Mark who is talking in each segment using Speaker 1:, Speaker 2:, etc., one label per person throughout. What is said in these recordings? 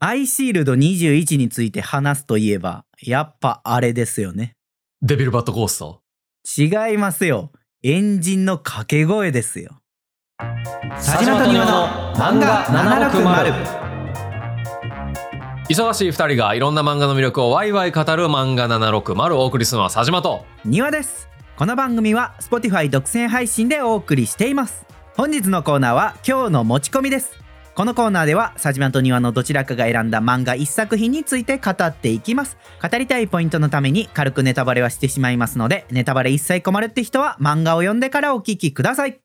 Speaker 1: アイシールド21について話すといえば、やっぱあれですよね。
Speaker 2: デビルバットコースター
Speaker 1: 違いますよ。エンジンの掛け声ですよ。
Speaker 2: 佐島と庭の漫画760忙しい二人がいろんな漫画の魅力をワイワイ語る漫画760をお送りするのは佐島と
Speaker 1: 庭です。この番組は Spotify 独占配信でお送りしています。本日のコーナーは今日の持ち込みです。このコーナーでは佐島と庭のどちらかが選んだ漫画1作品について語っていきます。語りたいポイントのために軽くネタバレはしてしまいますので、ネタバレ一切困るって人は漫画を読んでからお聞きください。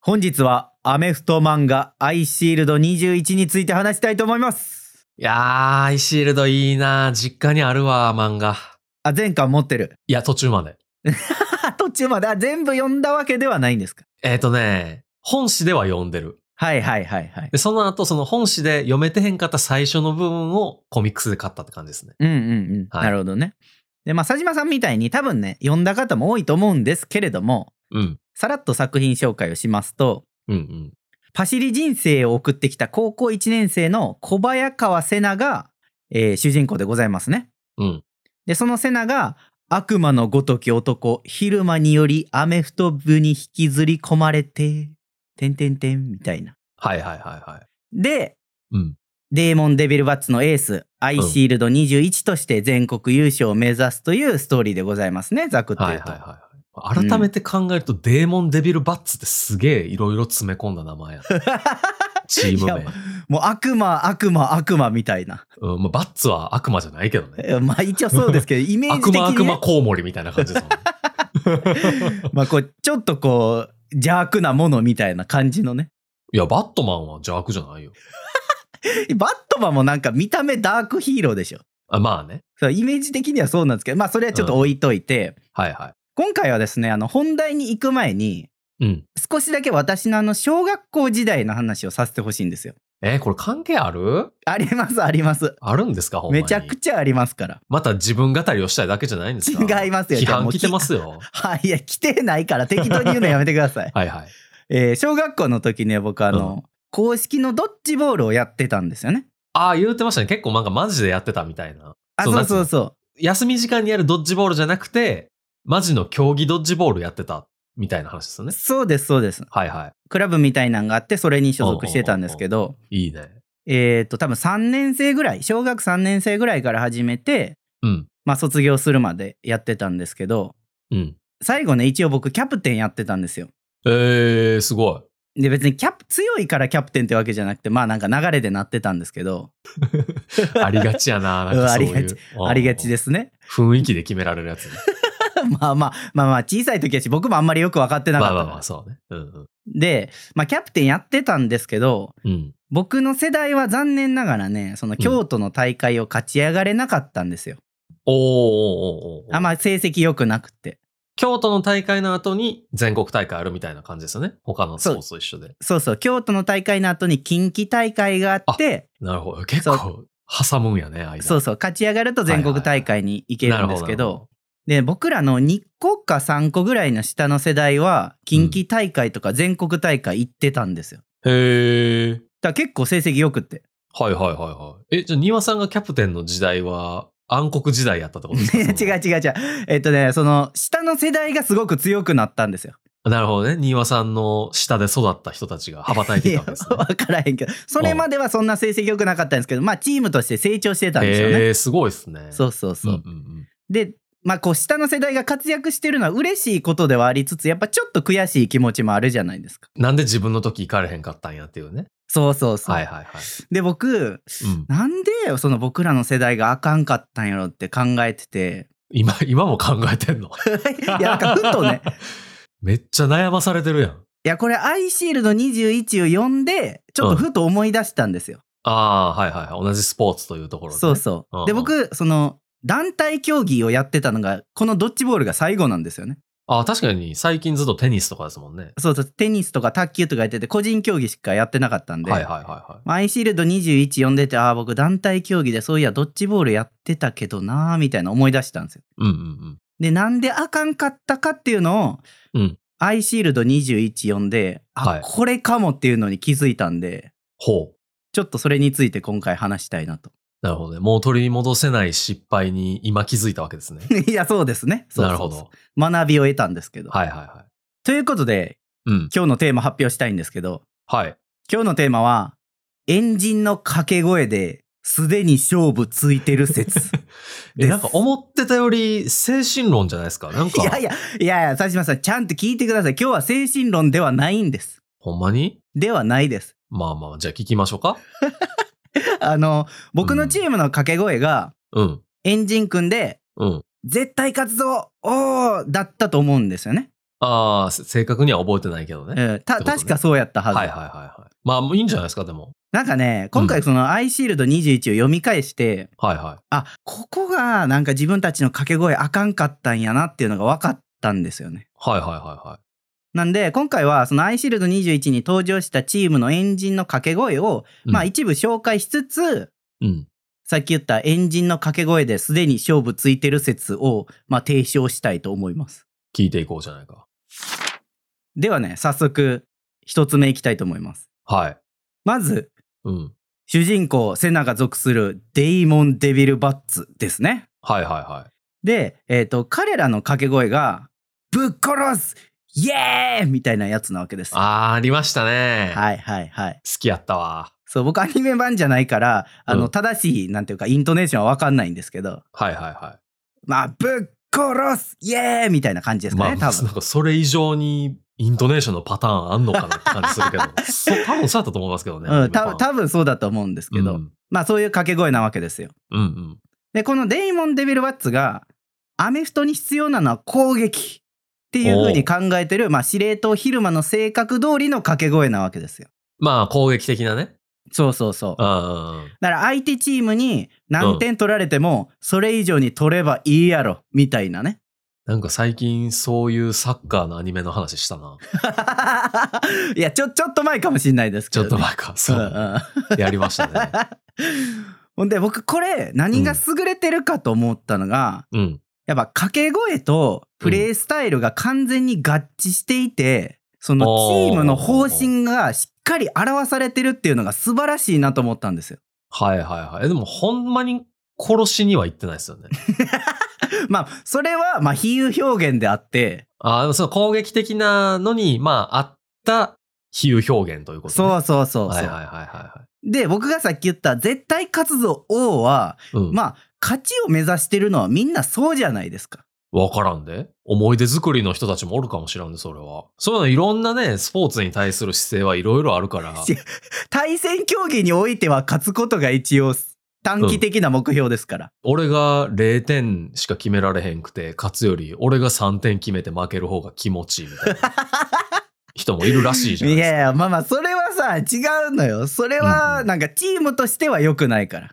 Speaker 1: 本日はアメフト漫画アイシールド21について話したいと思います。
Speaker 2: いやーアイシールドいいな実家にあるわ漫画
Speaker 1: あ、前回持ってる。
Speaker 2: いや途中まで
Speaker 1: あ途中まであ全部読んだわけではないんですか
Speaker 2: えっ、ー、とね本誌では読んでる
Speaker 1: はいはいはいはい。
Speaker 2: でその後その本誌で読めてへんかった最初の部分をコミックスで買ったって感じですね
Speaker 1: うんうんうん、
Speaker 2: はい
Speaker 1: なるほどね。でまあ佐島さんみたいに多分ね読んだ方も多いと思うんですけれども
Speaker 2: うん
Speaker 1: さらっと作品紹介をしますと
Speaker 2: うんうん
Speaker 1: パシリ人生を送ってきた高校1年生の小早川瀬名が、えー主人公でございますね。
Speaker 2: うん
Speaker 1: でその瀬名が悪魔のごとき男昼間によりアメフト部に引きずり込まれて「てんてんてん」みたいな。
Speaker 2: はいはいはいはい
Speaker 1: で
Speaker 2: うん
Speaker 1: デーモンデビルバッツのエースアイシールド21として全国優勝を目指すというストーリーでございますねザクって
Speaker 2: はいいう
Speaker 1: と、
Speaker 2: はいはいはい改めて考えると、デーモンデビルバッツってすげえいろいろ詰め込んだ名前や なチーム
Speaker 1: い
Speaker 2: 名
Speaker 1: や、もう悪魔悪魔悪魔みたいな
Speaker 2: うんまあ、バッツは悪魔じゃないけどね
Speaker 1: えまあ一応そうですけどイメージ
Speaker 2: 悪
Speaker 1: 的
Speaker 2: 魔
Speaker 1: に、
Speaker 2: 悪
Speaker 1: ね、
Speaker 2: 魔コウモリみたいな感じですもんね
Speaker 1: まあこうちょっとこう邪悪なものみたいな感じのね
Speaker 2: いやバットマンは邪悪じゃないよ
Speaker 1: バットマンもなんか見た目ダークヒーローでしょ
Speaker 2: あまあね
Speaker 1: そうイメージ的にはそうなんですけどまあそれはちょっと置いといて、
Speaker 2: はいは
Speaker 1: 今回はですねあの本題に行く前に
Speaker 2: いうん
Speaker 1: 少しだけ私のあの小学校時代の話をさせてほしいんですよ
Speaker 2: えーこれ関係ある
Speaker 1: ありますあります。
Speaker 2: あるんですかほんまに
Speaker 1: めちゃくちゃありますから。
Speaker 2: また自分語りをしたいだけじゃないんですか
Speaker 1: 違いますよ
Speaker 2: 批
Speaker 1: じゃあも
Speaker 2: 判
Speaker 1: う
Speaker 2: 来てますよ。
Speaker 1: はい、いや、来てないから適当に言うのやめてください
Speaker 2: はいはい
Speaker 1: えー小学校の時ね、僕あの、公式のドッジボールをやってたんですよね。
Speaker 2: ああ言うてましたね結構なんかマジでやってたみたいな
Speaker 1: あ、
Speaker 2: そ
Speaker 1: そ
Speaker 2: うな
Speaker 1: うんそうそう。
Speaker 2: 休み時間にやるドッジボールじゃなくてマジの競技ドッジボールやってたみたいな話ですよね
Speaker 1: そうです、そうです。
Speaker 2: はいは
Speaker 1: クラブみたいなんがあって、それに所属してたんですけど、
Speaker 2: いいいね
Speaker 1: えっ、と、多分3年生ぐらい、小学3年生ぐらいから始めて、
Speaker 2: うん
Speaker 1: まあ、卒業するまでやってたんですけど、
Speaker 2: うん
Speaker 1: 最後ね、一応僕、キャプテンやってたんですよ。
Speaker 2: えー、すごい
Speaker 1: で、別にキャプ、強いからキャプテンってわけじゃなくて、まあ、なんか流れでなってたんですけど、
Speaker 2: ありがちやな、なんかそういう。。
Speaker 1: うんありがちありがちですすね。
Speaker 2: 雰囲気で決められるやつね。
Speaker 1: まあまあまあまあ小さい時やし僕もあんまりよく分かってな
Speaker 2: ま
Speaker 1: かっ
Speaker 2: あ
Speaker 1: たか
Speaker 2: まあ
Speaker 1: ら、
Speaker 2: まあ、そうね。うんうん。
Speaker 1: で、まあ、キャプテンやってたんですけど
Speaker 2: うん。
Speaker 1: 僕の世代は残念ながらねその京都の大会を勝ち上がれなかったんですよ、
Speaker 2: おーおーおーおー
Speaker 1: あんま成績良くなくて
Speaker 2: 京都の大会の後に全国大会あるみたいな感じですよね。他のスポーツと一緒で。
Speaker 1: そうそう京都の大会の後に近畿大会があって
Speaker 2: なるほど。結構、挟むんやね、間。
Speaker 1: そうそう勝ち上がると全国大会に行けるんですけど,、
Speaker 2: なるほ
Speaker 1: で僕らの2個か3個ぐらいの下の世代は近畿大会とか全国大会行ってたんですよ、
Speaker 2: ど。へえ。
Speaker 1: だから結構成績良くって
Speaker 2: はいはいはいはい。え、じゃあ、庭さんがキャプテンの時代は、暗黒時代やったってことですか
Speaker 1: ね 違う違う違う。えっとね、その、下の世代がすごく強くなったん ですよ。
Speaker 2: う。なるほどね。庭さんの下で育った人たちが羽ばたいていた んですね
Speaker 1: いや。わからへんけど、それまではそんな成績良くなかったんですけど、まあ、チームとして成長してたんですよね。
Speaker 2: へえ、すごいですね。
Speaker 1: そうそうそう。
Speaker 2: うんうんうん
Speaker 1: で、まあ、こう、下の世代が活躍してるのは嬉しいことではありつつ、やっぱちょっと悔しい気持ちもあるじゃないですか。
Speaker 2: なんで自分の時行かれへんかったんやっていうね。
Speaker 1: そうそうそう。
Speaker 2: はいはいはい。
Speaker 1: で、僕、
Speaker 2: うん、
Speaker 1: なんで、その僕らの世代があかんかったんやろって考えてて、
Speaker 2: 今、今も考えてんの
Speaker 1: いや、なんかふとね、。
Speaker 2: めっちゃ悩まされてるやん。
Speaker 1: いや、これ、アイシールド21を読んで、ちょっとふと思い出したんですよ。
Speaker 2: ああー、はいはいはい。同じスポーツというところで、ね。
Speaker 1: そうそう。で、
Speaker 2: うんうん
Speaker 1: 僕、その、団体競技をやってたのが、このドッジボールが最後なんですよね。
Speaker 2: ああ、確かに最近ずっとテニスとかですもんね。
Speaker 1: そうそう、テニスとか卓球とかやってて、個人競技しかやってなかったんで、
Speaker 2: はいはいはいは
Speaker 1: まあアイシールド21読んでて、ああ、僕、団体競技で、そういや、ドッジボールやってたけどなーみたいな思い出したんですよ。
Speaker 2: い。うんうん
Speaker 1: で、なんであかんかったかっていうのを、
Speaker 2: うん。うん。
Speaker 1: アイシールド21読んで、あ、
Speaker 2: はい
Speaker 1: これかもっていうのに気づいたんで、
Speaker 2: ほ
Speaker 1: ちょっとそれについて今回話したいなと。
Speaker 2: なるほどね。もう取り戻せない失敗に今気づいたわけですね。
Speaker 1: いや、そうですね。そう
Speaker 2: な
Speaker 1: そ
Speaker 2: る
Speaker 1: うそ
Speaker 2: ほ
Speaker 1: う
Speaker 2: ど。
Speaker 1: 学びを得たんですけど。
Speaker 2: はいはいは
Speaker 1: ということで、
Speaker 2: い。うん。
Speaker 1: 今日のテーマ発表したいんですけど、
Speaker 2: はい。
Speaker 1: 今日のテーマは、エンジンの掛け声で、すでに勝負ついてる説。で
Speaker 2: え、
Speaker 1: す
Speaker 2: なんか思ってたより精神論じゃないですか。な ん
Speaker 1: い
Speaker 2: か、
Speaker 1: やいや、いやいや、佐島さん、ちゃんと聞いてください。今日は精神論ではないんです。
Speaker 2: ほんまに
Speaker 1: ではないです。
Speaker 2: まあまあ、じゃあ聞きましょうか。
Speaker 1: あの、僕のチームの掛け声が、
Speaker 2: うん。
Speaker 1: エンジン君で、
Speaker 2: うん。
Speaker 1: 絶対勝つぞおーだったと思うんですよね。
Speaker 2: ああ、せ正確には覚えてないけどね。
Speaker 1: うん、た、
Speaker 2: ってことね
Speaker 1: 確かそうやったはず。
Speaker 2: はいはいはいはい。まあ、もういいんじゃないですか、でも。
Speaker 1: なんかね、今回そのアイシールド21を読み返して、
Speaker 2: はいは
Speaker 1: あ、ここがなんか自分たちの掛け声あかんかったんやなっていうのが分かったんですよね。
Speaker 2: い。はいはいはいはい。
Speaker 1: なんで、今回はそのアイシールド21に登場したチームのエンジンの掛け声を、
Speaker 2: うん
Speaker 1: まあ一部紹介しつつ、
Speaker 2: うん。
Speaker 1: さっき言ったエンジンの掛け声ですでに勝負ついてる説を、まあ提唱したいと思います。
Speaker 2: 聞いていこうじゃないか。
Speaker 1: ではね、早速、一つ目いきたいと思います。
Speaker 2: はい。
Speaker 1: まず、
Speaker 2: うん。
Speaker 1: 主人公セナが属するデイモン・デビル・バッツですね。
Speaker 2: はいはいはい。
Speaker 1: で、えっ、と、彼らの掛け声が、ぶっ殺すイエーイみたいなやつなわけです。は
Speaker 2: あー、ありましたね。好
Speaker 1: いはいはい。
Speaker 2: きやったわ。
Speaker 1: そう、僕アニメ版じゃないから、あの、
Speaker 2: うん
Speaker 1: 正しい、なんていうか、イントネーションはわかんないんですけど、
Speaker 2: はいはいは
Speaker 1: まあ、ぶっ殺すイエーイみたいな感じで
Speaker 2: い。
Speaker 1: すか
Speaker 2: まあ、
Speaker 1: ね、多
Speaker 2: なん
Speaker 1: 分。
Speaker 2: かそれ以上にイントネーションのパターンあんのかなって感じす るけど、そう多分そうだったと思いますけどね。
Speaker 1: うん、た
Speaker 2: 分
Speaker 1: 多分そうだと思うんですけど、
Speaker 2: うん
Speaker 1: まあそういう掛け声なわけですよ。
Speaker 2: うんうん。
Speaker 1: で、このデイモン・デビル・ワッツが、アメフトに必要なのは攻撃っていうふうに考えてる、まあ司令塔昼間の性格通りの掛け声なわけですよ。
Speaker 2: まあ、攻撃的なね。
Speaker 1: そうそうそう。
Speaker 2: うん
Speaker 1: だ
Speaker 2: うんうん。
Speaker 1: から相手チームに何点取られても、それ以上に取ればいいやろ、みたいな ね。
Speaker 2: なんか最近そういうサッカーのアニメの話したな。
Speaker 1: いや、ちょ、ちょっと前かもしれないですけ
Speaker 2: ちょ
Speaker 1: ど、ね。
Speaker 2: っと前か。そうう。
Speaker 1: んうん
Speaker 2: やりましたね。
Speaker 1: ほんで、僕、これ、何が優れてるかと思ったのが、
Speaker 2: うん。
Speaker 1: やっぱ掛け声とプレイスタイルが完全に合致していて、そのチームの方針がしっかり表されてるっていうのが素晴らしいなと思ったんですよ。
Speaker 2: はいはいはい。えでもほんまに殺しには行ってないですよね。
Speaker 1: まあ、それは、まあ、比喩表現であって、
Speaker 2: あでもその攻撃的なのに、まあ、あった比喩表現ということね。
Speaker 1: そうそうそうそう、
Speaker 2: はいはいはいは
Speaker 1: で、僕がさっき言った絶対勝つぞ王は、
Speaker 2: い。うん。
Speaker 1: まあ、勝ちを目指してるのはみんなそうじゃないですか。
Speaker 2: わからんで。思い出作りの人たちもおるかもしれんで、それは。そういうのいろんなね、スポーツに対する姿勢はいろいろあるから。
Speaker 1: いや対戦競技においては勝つことが一応短期的な目標ですから。
Speaker 2: 俺が0点しか決められへんくて、勝つより、俺が3点決めて負ける方が気持ちいいみたい な人もいるらしいじゃない
Speaker 1: い
Speaker 2: です
Speaker 1: やい
Speaker 2: か。
Speaker 1: や、まあまあ、それはさ、違うのよ。それ
Speaker 2: うん
Speaker 1: は、
Speaker 2: うん
Speaker 1: なんか、チームとしては良くないから。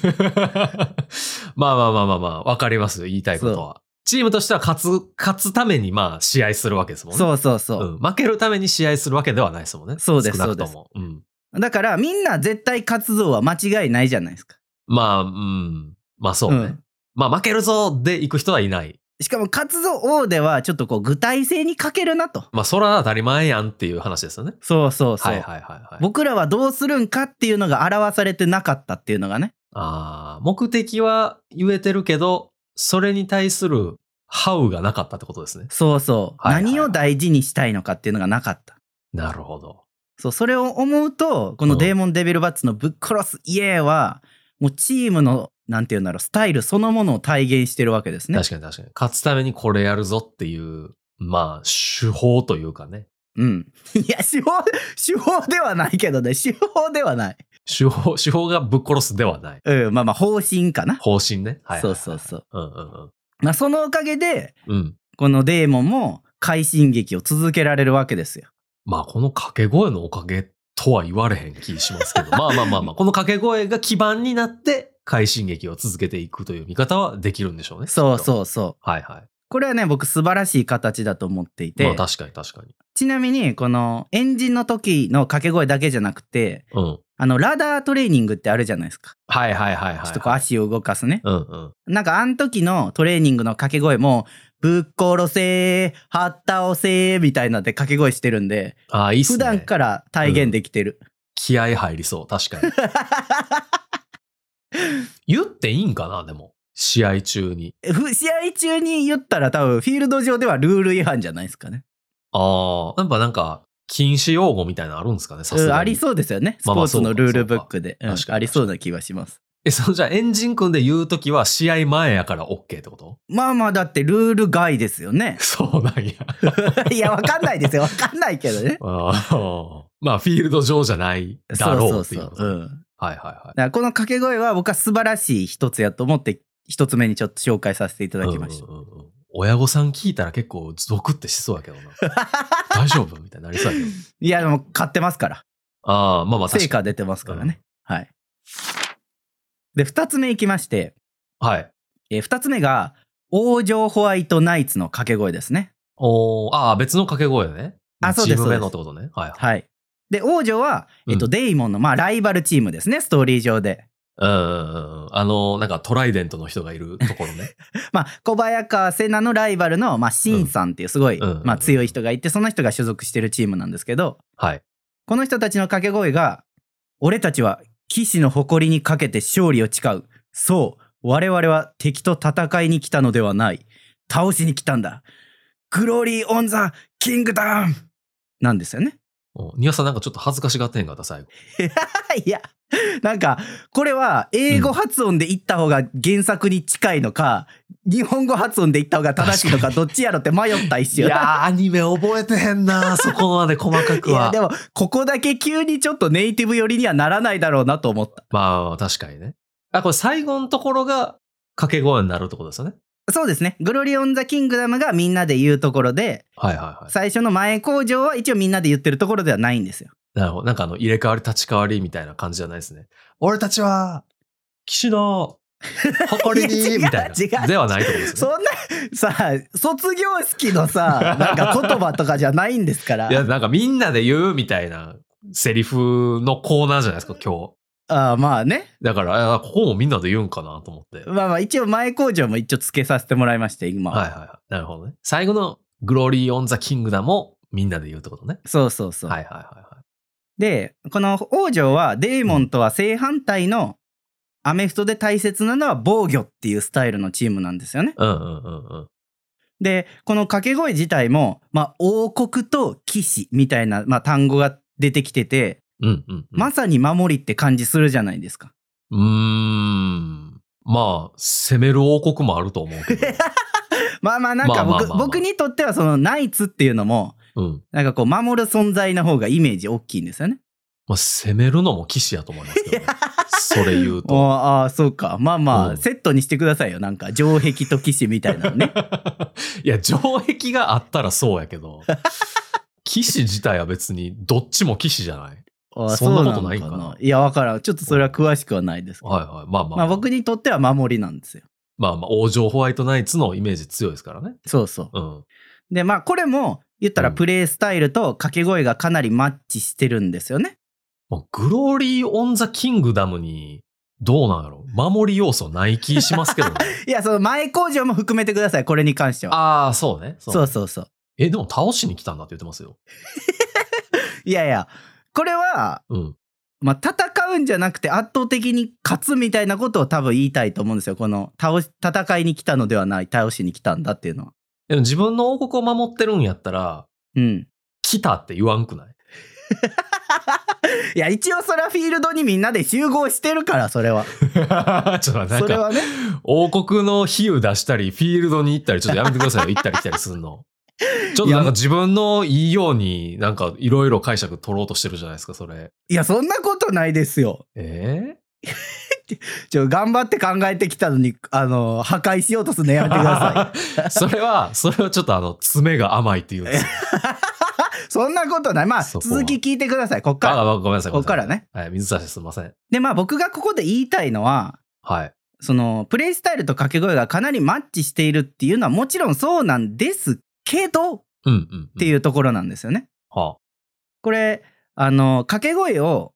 Speaker 2: まあまあまあまあまあ、わかります。言いたいことは。チームとしては勝つ、勝つためにまあ試合するわけですもんね。
Speaker 1: そうそうそう。
Speaker 2: うん負けるために試合するわけではないですもんね。
Speaker 1: そうです
Speaker 2: 少なくとも。うん。
Speaker 1: だから、みんな絶対活動は間違いないじゃないですか。
Speaker 2: まあ、うん。まあそうね。
Speaker 1: うん
Speaker 2: まあ負けるぞで行く人はいない。
Speaker 1: しかも、活動王では、ちょっとこう、具体性に欠けるなと。
Speaker 2: まあそら当たり前やんっていう話ですよね。
Speaker 1: そうそうそう。
Speaker 2: はいはいはいはい。
Speaker 1: 僕らはどうするんかっていうのが表されてなかったっていうのがね。
Speaker 2: ああ、目的は言えてるけど、それに対するハウがなかったってことですね。
Speaker 1: そうそう。
Speaker 2: はいはいはい
Speaker 1: 何を大事にしたいのかっていうのがなかった。
Speaker 2: なるほど。
Speaker 1: そう、それを思うと、このデーモン・デビル・バッツのぶっ殺すイエーは、もうチームの、なんていうんだろう、スタイルそのものを体現してるわけですね。
Speaker 2: 確かに確かに。勝つためにこれやるぞっていう、まあ、手法というかね。
Speaker 1: うん。 いや、手法、手法ではないけどね。手法ではない。
Speaker 2: 手法、手法がぶっ殺すではない。
Speaker 1: うん、まあまあ、方針かな。
Speaker 2: 方針ね。はい、
Speaker 1: そうそうそう。
Speaker 2: う。うんうん
Speaker 1: まあ、そのおかげで、
Speaker 2: うん。うん。
Speaker 1: このデーモンも快進撃を続けられるわけですよ。
Speaker 2: まあ、この掛け声のおかげとは言われへん気しま すけど、まあまあまあまあ、この掛け声が基盤になって、快進撃を続けていくという見方はできるんでしょうね。
Speaker 1: そう
Speaker 2: う。
Speaker 1: そうそう。
Speaker 2: はいは
Speaker 1: これはね、僕素晴らしい形だと思ってい
Speaker 2: い。ま
Speaker 1: て
Speaker 2: あ、確かに確かに。
Speaker 1: ちなみに、このエンジンの時の掛け声だけじゃなくて、
Speaker 2: うん。
Speaker 1: あの、ラダートレーニングってあるじゃないですか。
Speaker 2: はいはいはいはい、はい。
Speaker 1: ちょっとこう足を動かすね。
Speaker 2: うんうん。
Speaker 1: なんかあの時のトレーニングの掛け声も、ぶっ殺せー、はったおせーみたいなって掛け声してるんで、
Speaker 2: ああ、いいっす
Speaker 1: 普
Speaker 2: ね。
Speaker 1: 段から体現できてる。
Speaker 2: 気合入りそう、確かに。 言っていいんかな、でも。試合中に。
Speaker 1: ふ試合中に言ったら多分フィールド上ではルール違反じゃないですかね。
Speaker 2: ああ、やっぱなんか、禁止用語みたいなのあるんですかね、さすが
Speaker 1: う
Speaker 2: に。
Speaker 1: んありそうですよね。ス
Speaker 2: まあ
Speaker 1: ポ
Speaker 2: ま
Speaker 1: ー
Speaker 2: あ
Speaker 1: ツのルールブックで。
Speaker 2: そうかそう
Speaker 1: う
Speaker 2: か
Speaker 1: んありそうな気はします。
Speaker 2: え、そのじゃあエンジン組んで言うときは試合前やから OK ってこと。
Speaker 1: まあまあ、だってルール外ですよね
Speaker 2: そうなんや。
Speaker 1: いや、わかんないですよ。わかんないけどね。
Speaker 2: あーまあ、フィールド上じゃないだろうっていう。
Speaker 1: そうそうそう。うん。だか
Speaker 2: はいはいはい。
Speaker 1: らこの掛け声は僕は素晴らしい一つやと思って、一つ目にちょっと紹介させていただきました。
Speaker 2: うんうんうんうん親御さん聞いたら結構ゾクってしそうやけど な。大丈夫みたいになりそうやけど。
Speaker 1: いや、でも買ってますから。
Speaker 2: ああ、まあまあ
Speaker 1: 成
Speaker 2: 確か
Speaker 1: 果出てますからね。はい。で、二つ目いきまして、
Speaker 2: に。はい。
Speaker 1: えー二つ目が、王女ホワイトナイツの掛け声ですね。
Speaker 2: おーああ、別の掛け声ね。
Speaker 1: あそうです
Speaker 2: チーム
Speaker 1: そうで
Speaker 2: 目
Speaker 1: す
Speaker 2: のってことね。はい。
Speaker 1: はい。で、王女は、えっと、
Speaker 2: うん
Speaker 1: デイモンの、まあ、ライバルチームですね、ストーリー上で。
Speaker 2: うんうんうん。あの、なんかトライデントの人がいるとこ ろね。
Speaker 1: まあ、小早川瀬名のライバルの、まあ、シンさんっていうすごい、
Speaker 2: うん
Speaker 1: まあ、強い人がいて、その人が所属してるチームなんですけど、
Speaker 2: はい。
Speaker 1: この人たちの掛け声が、俺たちは騎士の誇りにかけて勝利を誓う。そう、我々は敵と戦いに来たのではない。倒しに来たんだ。グローリー・オン・ザ・キングダムなんですよね。
Speaker 2: お庭さんなんかちょっと恥ずかしがってんかった、最後。
Speaker 1: いや、なんか、これは英語発音で言った方が原作に近いのか、日本語発音で言った方が正しいのか、どっちやろって迷った一
Speaker 2: い
Speaker 1: 瞬。
Speaker 2: やー、アニメ覚えてへんな、そこまで細かく
Speaker 1: いや
Speaker 2: は
Speaker 1: で。も、ここだけ急にちょっとネイティブ寄りにはならないだろうなと思った。
Speaker 2: まあ、確かにね。あ、これ最後のところが掛け声になるってことですよね。
Speaker 1: そうですね。グロリオン・ザ・キングダムがみんなで言うところで、
Speaker 2: はいはいはい。
Speaker 1: 最初の前工場は一応みんなで言ってるところではないんですよ。
Speaker 2: なるほど。なんかあの、入れ替わり立ち替わりみたいな感じじゃないですね。俺たちは、騎士の誇 り
Speaker 1: いや違
Speaker 2: に、
Speaker 1: う
Speaker 2: みたい
Speaker 1: 違う
Speaker 2: な。ではないってことです
Speaker 1: そ
Speaker 2: ね。
Speaker 1: んな、さ、卒業式の さ、なんか言葉とかじゃないんですから。
Speaker 2: いや、なんかみんなで言うみたいなセリフのコーナーじゃないですか、今日。
Speaker 1: ああまあね。
Speaker 2: だから、あここもみんなで言うんかなと思って。はい
Speaker 1: まあまあ一応前工場も一応付けさせてもらいまして今は、
Speaker 2: はいはい。なるほどね。最後のグローリー・オン・ザ・キングダムもみんなで言うってことね。
Speaker 1: そうそうそう、
Speaker 2: はいはいは
Speaker 1: でこの王女はデーモンとは正反対のアメフトで大切なのは防御っていうスタイルのチームなんですよね
Speaker 2: いはい。うんうんうんうん。
Speaker 1: でこの掛け声自体も、まあ、王国と騎士みたいな、まあ、単語が出てきてて
Speaker 2: うんうん、うん。
Speaker 1: まさに守りって感じするじゃないですか
Speaker 2: うーん。まあ、攻める王国もあると思うけ ど。
Speaker 1: まあまあなんか
Speaker 2: まあまあ
Speaker 1: 僕
Speaker 2: まあまあ
Speaker 1: 僕にとってはそのナイツっていうのも
Speaker 2: うん。
Speaker 1: なんかこう守る存在の方がイメージ大きいんですよね
Speaker 2: まあ、攻めるのも騎士やと思いますけどね。それ言うと。
Speaker 1: あーあーそうかまあまあ、
Speaker 2: うん
Speaker 1: セットにしてくださいよなんか城壁と騎士みたいなのね
Speaker 2: いや、城壁があったらそうやけど、騎士自体は別にどっちも騎士じゃない。
Speaker 1: あー
Speaker 2: そんなこと
Speaker 1: うの
Speaker 2: ないかない
Speaker 1: やわからんちょっとそれは詳しくはないですけど、
Speaker 2: はいはい。まあまあ。
Speaker 1: まあ、僕にとっては守りなんですよ
Speaker 2: まあまあ、王城ホワイトナイツのイメージ強いですからね。
Speaker 1: そうそう
Speaker 2: うん。
Speaker 1: でまあこれも言ったら
Speaker 2: うん
Speaker 1: プレイスタイルと掛け声がかなりマッチしてるんですよね、
Speaker 2: まあ、グローリー・オン・ザ・キングダムに、どうなんやろ守り要素ない気しますけどね。
Speaker 1: いやその前工場も含めてくださいこれに関しては
Speaker 2: ああ、そうね。
Speaker 1: そううそうそう
Speaker 2: え、でも倒しに来たんだって言ってますよ。
Speaker 1: いやいやこれは
Speaker 2: うん。
Speaker 1: まあ、戦うんじゃなくて圧倒的に勝つみたいなことを多分言いたいと思うんですよこの倒し戦いに来たのではない倒しに来たんだっていうのは。
Speaker 2: でも自分の王国を守ってるんやったら、
Speaker 1: うん、
Speaker 2: 来たって言わんくない
Speaker 1: いや一応それはフィールドにみんなで集合してるからそれは
Speaker 2: ちょっとなん
Speaker 1: それ
Speaker 2: か、
Speaker 1: はね
Speaker 2: 王国の比喩出したり、フィールドに行ったり、ちょっとやめてくだ さいよ。行ったり来たりするの。ちょっとなんか自分のいいように、なんかいろいろ解釈取ろうとしてるじゃないですか、それ。
Speaker 1: いやそんなことないですよ
Speaker 2: え
Speaker 1: ちょ頑張って考えてきたのにあの破壊しようとするのや
Speaker 2: え
Speaker 1: めてくださ
Speaker 2: それは、それはちょっとあの、爪が甘いって いうんで すよ。
Speaker 1: いそんなことないまあ
Speaker 2: そこは
Speaker 1: 続き聞いてくださいこっか
Speaker 2: あ
Speaker 1: ら
Speaker 2: あ、ごめんなさい。ご
Speaker 1: こ
Speaker 2: め
Speaker 1: っ
Speaker 2: んなさ
Speaker 1: か
Speaker 2: い
Speaker 1: ら。ね
Speaker 2: はい、水差しすいません。
Speaker 1: でまあ僕がここで言いたいのは
Speaker 2: はい。
Speaker 1: そのプレイスタイルと掛け声がかなりマッチしているっていうのはもちろんそうなんですけどっ
Speaker 2: うんうんうん。ってう。
Speaker 1: いうところなんですよね。
Speaker 2: は
Speaker 1: これあの掛け声を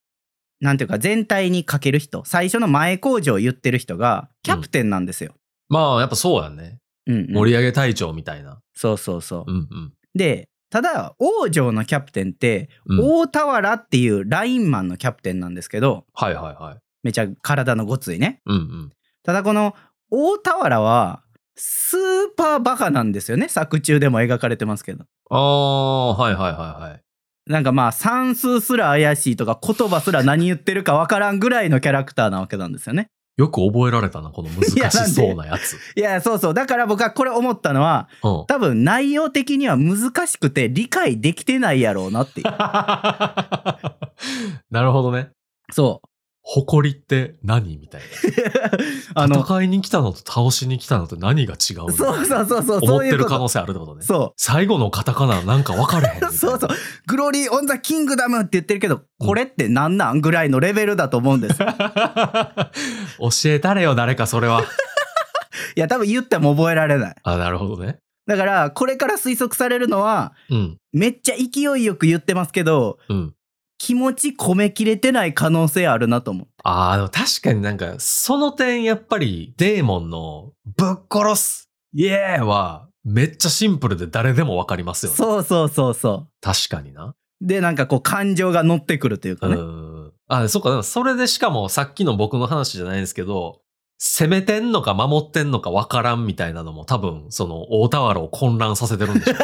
Speaker 1: なんていうか全体にかける人最初の前工場を言ってる人がキャプテンなんですよ。
Speaker 2: まあ、やっぱそうやね。
Speaker 1: うんうん
Speaker 2: 盛り上げ隊長みたいな。
Speaker 1: そうそうそう。
Speaker 2: うんうん。
Speaker 1: でただ王城のキャプテンって、
Speaker 2: うん
Speaker 1: 大田原っていうラインマンのキャプテンなんですけど
Speaker 2: はいはいはい。
Speaker 1: めちゃ体のごついね
Speaker 2: うんうん。
Speaker 1: ただこの大田原はスーパーバカなんですよね作中でも描かれてますけど
Speaker 2: ああ、はいはいはいはい。
Speaker 1: なんかまあ算数すら怪しいとか言葉すら何言ってるかわからんぐらいのキャラクターなわけなんですよね
Speaker 2: よく覚えられたな、この難しそうなやつ。
Speaker 1: いやそうそうだから僕はこれ思ったのは
Speaker 2: うん。
Speaker 1: 多分内容的には難しくて理解できてないやろうなっていう
Speaker 2: なるほどね。
Speaker 1: そう
Speaker 2: 誇りって何みたい
Speaker 1: あ
Speaker 2: な。
Speaker 1: の
Speaker 2: 戦いに来たのと倒しに来たのと何が違うの
Speaker 1: そうそうそうそう
Speaker 2: 思
Speaker 1: そ
Speaker 2: っ
Speaker 1: う
Speaker 2: て
Speaker 1: いう
Speaker 2: る
Speaker 1: こ
Speaker 2: 可
Speaker 1: と
Speaker 2: 能性あるってことね。
Speaker 1: そ
Speaker 2: 最後のカタカナなんか分かれへんみたいうな。
Speaker 1: そうそう「グローリー・オン・ザ・キングダム」って言ってるけどこれってなんなんぐらいのレベルだと思うんです
Speaker 2: 教えたれよ、誰かそれは。
Speaker 1: いや多分言っても覚えられない
Speaker 2: あ、なるほどね。
Speaker 1: だからこれから推測されるのは
Speaker 2: うん。
Speaker 1: めっちゃ勢いよく言ってますけど
Speaker 2: うん。
Speaker 1: 気持ち込めきれてない可能性あるなと思う
Speaker 2: ああ、でも確かになんか、その点やっぱりデーモンのぶっ殺すイエーイはめっちゃシンプルで誰でも分かりますよね。
Speaker 1: そうそうそうそ
Speaker 2: 確かにな。
Speaker 1: うでなんかこう感情が乗ってくるという
Speaker 2: う
Speaker 1: かね、
Speaker 2: ん。あ、そっか、でもそれでしかもさっきの僕の話じゃないんですけど、攻めてんのか守ってんのか分からんみたいなのも多分、その大田原を混乱させてるんでしょう。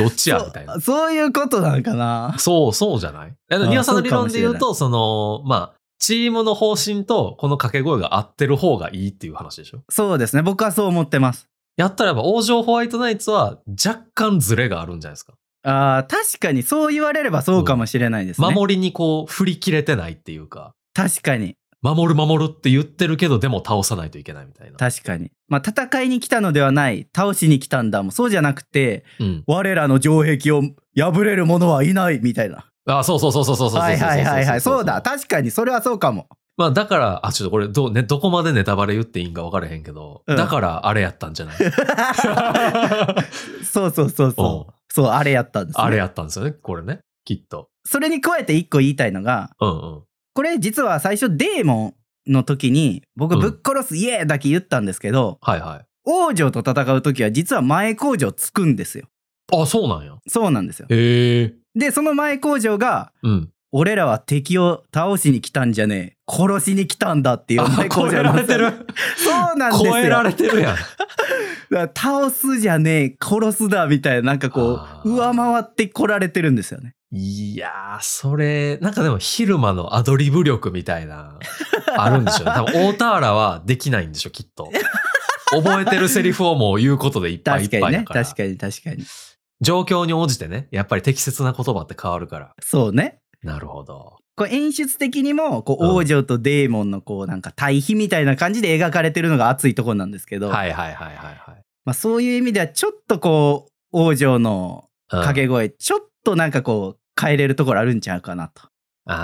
Speaker 2: どっちやみたいな
Speaker 1: そ。うそういうことなんかな
Speaker 2: そう、そうじゃないえ
Speaker 1: あ
Speaker 2: ニワさんの理論で言う
Speaker 1: そ
Speaker 2: と、その、まあ、チームの方針とこの掛け声が合ってる方がいいっていう話でしょ
Speaker 1: そうですね僕はそう思ってます
Speaker 2: やったらやっぱ王城ホワイトナイツは若干ズレがあるんじゃないですか。
Speaker 1: あー確かにそう言われればそうかもしれないですね、
Speaker 2: 守りにこう振り切れてないっていうか、
Speaker 1: 確かに
Speaker 2: 守る守るって言ってるけど、でも倒さないといけないみたいな。
Speaker 1: 確かにまあ戦いに来たのではない倒しに来たんだもそうじゃなくて
Speaker 2: うん。
Speaker 1: 我らの城壁を破れる者はいないみたいな
Speaker 2: あ、そうそうそうそうそうそうそう
Speaker 1: はいはいはいはいそうだ
Speaker 2: た
Speaker 1: 確かにそれはそう かも
Speaker 2: まあだから、あ、ちょっとこれどう、ね、どこまでネタバレ言っていいんか分からへんけど、
Speaker 1: うん
Speaker 2: だからあれやったんじゃない
Speaker 1: そうそうそうそうそうあれやったんです、ね、
Speaker 2: あれやったんですよね、これね。きっと。
Speaker 1: それに加えて一個言いたいのが
Speaker 2: うんうん。
Speaker 1: これ実は最初デーモンの時に僕
Speaker 2: うん
Speaker 1: ぶっ殺すイエーだけ言ったんですけど、
Speaker 2: はいはい。
Speaker 1: 王女と戦う時は実は前工場つくんですよ
Speaker 2: あ、そうなんや。
Speaker 1: そうなんですよ
Speaker 2: へえ。
Speaker 1: でその前工場が
Speaker 2: うん。
Speaker 1: 俺らは敵を倒しに来たんじゃねえ殺しに来たんだっていう前工場なんですよ
Speaker 2: る。
Speaker 1: そうなんですよ
Speaker 2: 超えられてるや
Speaker 1: だ
Speaker 2: ん。
Speaker 1: から倒すじゃねえ殺すだみたいななんかこ
Speaker 2: あ
Speaker 1: う
Speaker 2: ー
Speaker 1: 上回ってこられてるんですよね
Speaker 2: いやー、それ、なんかでも昼間のアドリブ力みた いな、あるんでしょうね。多分、大田原はできないんでしょ、きっと。覚えてるセリフをもう言うことでいっぱいい
Speaker 1: 確
Speaker 2: っ
Speaker 1: か
Speaker 2: ぱ
Speaker 1: に
Speaker 2: いだ
Speaker 1: ね
Speaker 2: から。
Speaker 1: 確かに確かに
Speaker 2: 状況に応じてね、やっぱり適切な言葉って変わるから。
Speaker 1: そうね
Speaker 2: なるほど。
Speaker 1: こう演出的にもこう
Speaker 2: うん
Speaker 1: 王女とデーモンのこうなんか対比みたいな感じで描かれてるのが熱いところなんですけど、
Speaker 2: はいはいはいはいはい。
Speaker 1: まあ、そういう意味ではちょっとこう王女の
Speaker 2: うん
Speaker 1: 掛け声、ちょっとなんかこう変えれるところあるんちゃうかなと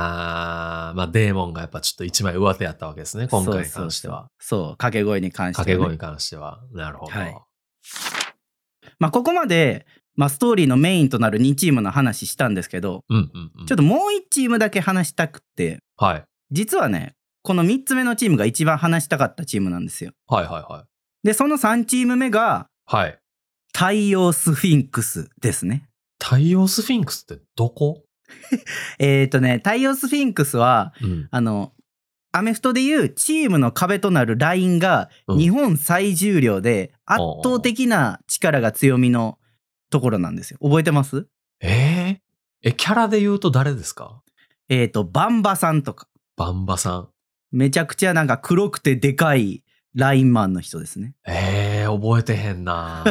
Speaker 2: あー、まあデーモンがやっぱちょっと一枚上手やったわけですね、今回に関しては。
Speaker 1: そう掛け声に関しては
Speaker 2: 掛
Speaker 1: ね、
Speaker 2: け声に関しては。なるほど。
Speaker 1: はいまあ、ここまで、まあ、ストーリーのメインとなる2チームの話したんですけど
Speaker 2: うんうんうん。
Speaker 1: ちょっともう1チームだけ話したくって
Speaker 2: はい。
Speaker 1: 実はねこの3つ目のチームが一番話したかったチームなんですよ
Speaker 2: はいはいは
Speaker 1: でその3チーム目が
Speaker 2: い。はい。
Speaker 1: 太陽スフィンクスですね
Speaker 2: 太陽スフィンクスってどこ
Speaker 1: えっ、ー、とね、太陽スフィンクスは、
Speaker 2: うん。
Speaker 1: あの、アメフトでいうチームの壁となるラインが
Speaker 2: うん
Speaker 1: 日本最重量で圧倒的な力が強みのところなんですよ。覚えてます
Speaker 2: えー、え、キャラで言うと誰ですか
Speaker 1: えっ、と、バンバさんとか。
Speaker 2: バンバさん。
Speaker 1: めちゃくちゃなんか黒くてでかいラインマンの人ですね。
Speaker 2: えー、覚えてへんな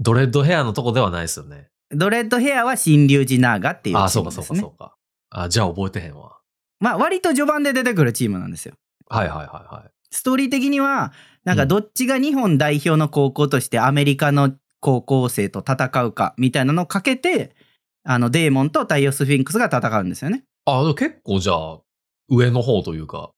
Speaker 2: ドレッドヘアのとこではないですよね。
Speaker 1: ドレッドヘアは新龍寺ナーガっていうチ
Speaker 2: あ、
Speaker 1: ー
Speaker 2: そう
Speaker 1: ム
Speaker 2: か
Speaker 1: です
Speaker 2: そ
Speaker 1: ね。
Speaker 2: うかそうか。あ、じゃあ覚えてへんわ。
Speaker 1: まあ割と序盤で出てくるチームなんですよ。
Speaker 2: はいはいはいはい。
Speaker 1: ストーリー的にはなんかどっちが日本代表の高校としてアメリカの高校生と戦うかみたいなのをかけてあのデーモンと太陽スフィンクスが戦うんですよね。
Speaker 2: あ、でも結構じゃあ、上の方というか。